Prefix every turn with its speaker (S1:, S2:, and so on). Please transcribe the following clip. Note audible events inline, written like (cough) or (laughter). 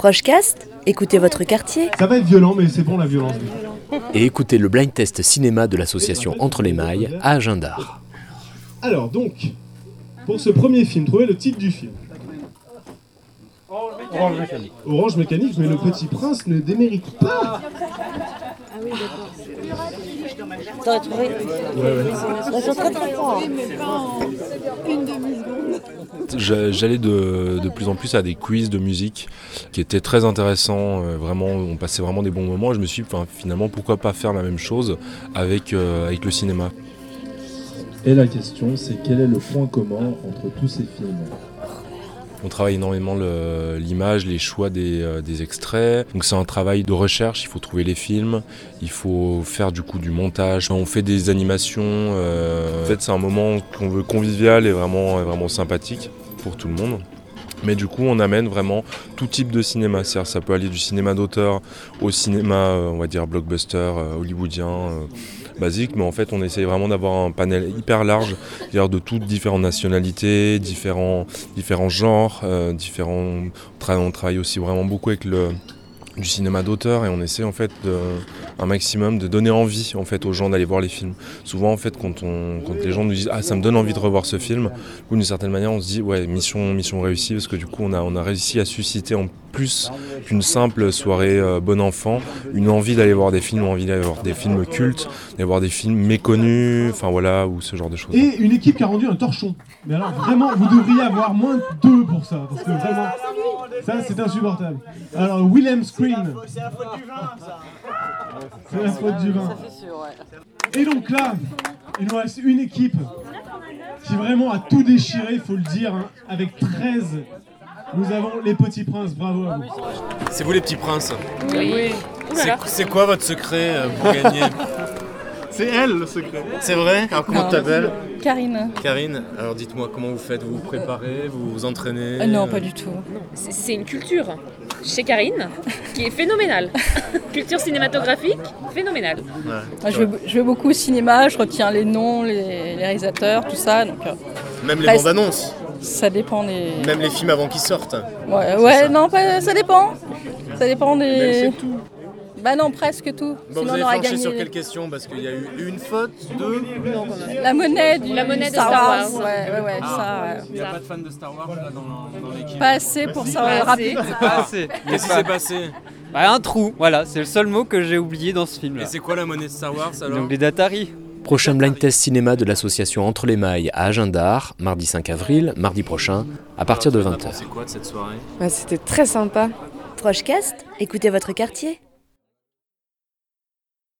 S1: Prochecast, écoutez votre quartier.
S2: Ça va être violent, mais c'est bon la violence.
S3: Et écoutez le blind test cinéma de l'association Entre les Mailles à Agenda.
S2: Alors donc, pour ce premier film, trouvez le titre du film. Orange Mécanique, mais le petit prince ne démérite pas.
S4: T'aurais trouvé Là, c'est très très fort.
S5: J'a- J'allais de, de plus en plus à des quiz de musique qui étaient très intéressants. euh, Vraiment, on passait vraiment des bons moments. Et je me suis dit, enfin, finalement, pourquoi pas faire la même chose avec, euh, avec le cinéma
S6: Et la question, c'est quel est le point commun entre tous ces films
S5: On travaille énormément le- l'image, les choix des, euh, des extraits. Donc c'est un travail de recherche, il faut trouver les films, il faut faire du coup du montage. On fait des animations. euh, En fait, c'est un moment qu'on veut convivial et vraiment, euh, vraiment sympathique pour tout le monde. Mais du coup, on amène vraiment tout type de cinéma. C'est-à-dire, ça peut aller du cinéma d'auteur au cinéma, euh, on va dire, blockbuster, euh, hollywoodien, euh, basique. Mais en fait, on essaye vraiment d'avoir un panel hyper large, c'est-à-dire de toutes différentes nationalités, différents, différents genres, euh, différents. on tra- On travaille aussi vraiment beaucoup avec le du cinéma d'auteur et on essaie en fait de- un maximum de donner envie en fait aux gens d'aller voir les films. Souvent en fait quand, on, quand les gens nous disent ah ça me donne envie de revoir ce film, ou d'une certaine manière on se dit ouais mission mission réussie parce que du coup on a on a réussi à susciter en plus qu'une simple soirée euh, bon enfant une envie d'aller voir des films, une envie d'aller voir des films cultes, d'aller voir des films méconnus, enfin voilà ou ce genre de choses.
S2: Et une équipe qui a rendu un torchon. Mais alors vraiment, vous devriez avoir moins de deux pour ça, parce que vraiment, ça c'est insupportable. Alors Willem Screen. C'est la faute du vin. Et donc là, il nous reste une équipe qui vraiment a tout déchiré, faut le dire, hein, avec 13. Nous avons les petits princes, bravo à vous.
S7: C'est vous les petits princes C'est- C'est quoi votre secret euh, pour gagner
S2: (laughs) C'est elle le secret.
S7: C'est vrai Alors comment tu t'appelles
S8: Karine
S7: Karine, alors dites-moi comment vous faites Vous vous préparez Vous vous entraînez
S8: Euh, Non, pas du tout.
S9: C'est c'est une culture chez Karine qui est phénoménale. culture cinématographique phénoménale.
S8: Moi, je, vais, je vais beaucoup au cinéma, je retiens les noms, les, les réalisateurs, tout ça. Donc, euh,
S7: Même les
S8: Reste-
S7: bandes annonces,
S8: ça dépend des.
S7: même les films avant qu'ils sortent.
S8: Ouais, ouais, non, pas- ça dépend. Ça dépend des. Bah non, presque tout.
S7: Bon, vous
S8: Sinon,
S7: avez
S8: on aura
S7: flanché
S8: gagné
S7: sur quelle question Parce qu'il y a eu une faute, deux.
S8: la monnaie du
S9: La monnaie de
S8: Star
S9: Star
S8: Wars.
S9: Wars.
S8: Ouais, ouais, ouais,
S10: Ah,
S8: ça. ouais.
S9: Il y a pas
S10: de fan de Star Wars là dans, l'équipe.
S8: Pas assez pour ça rapide.
S7: Ah.
S10: assez.
S7: Qu'est-ce qui s'est passé
S10: Bah, un trou, voilà, c'est le seul mot que j'ai oublié dans ce film
S7: Et
S10: là.
S7: c'est quoi la monnaie de Star Wars alors
S10: Donc les Datari.
S3: Prochain blind test cinéma de l'association Entre les Mailles à Agenda, mardi 5 avril, mardi prochain, à partir de
S7: Alors, t'en as
S3: 20h.
S7: pensé quoi de cette soirée
S4: C'était très sympa.
S1: Prochecast, écoutez votre quartier.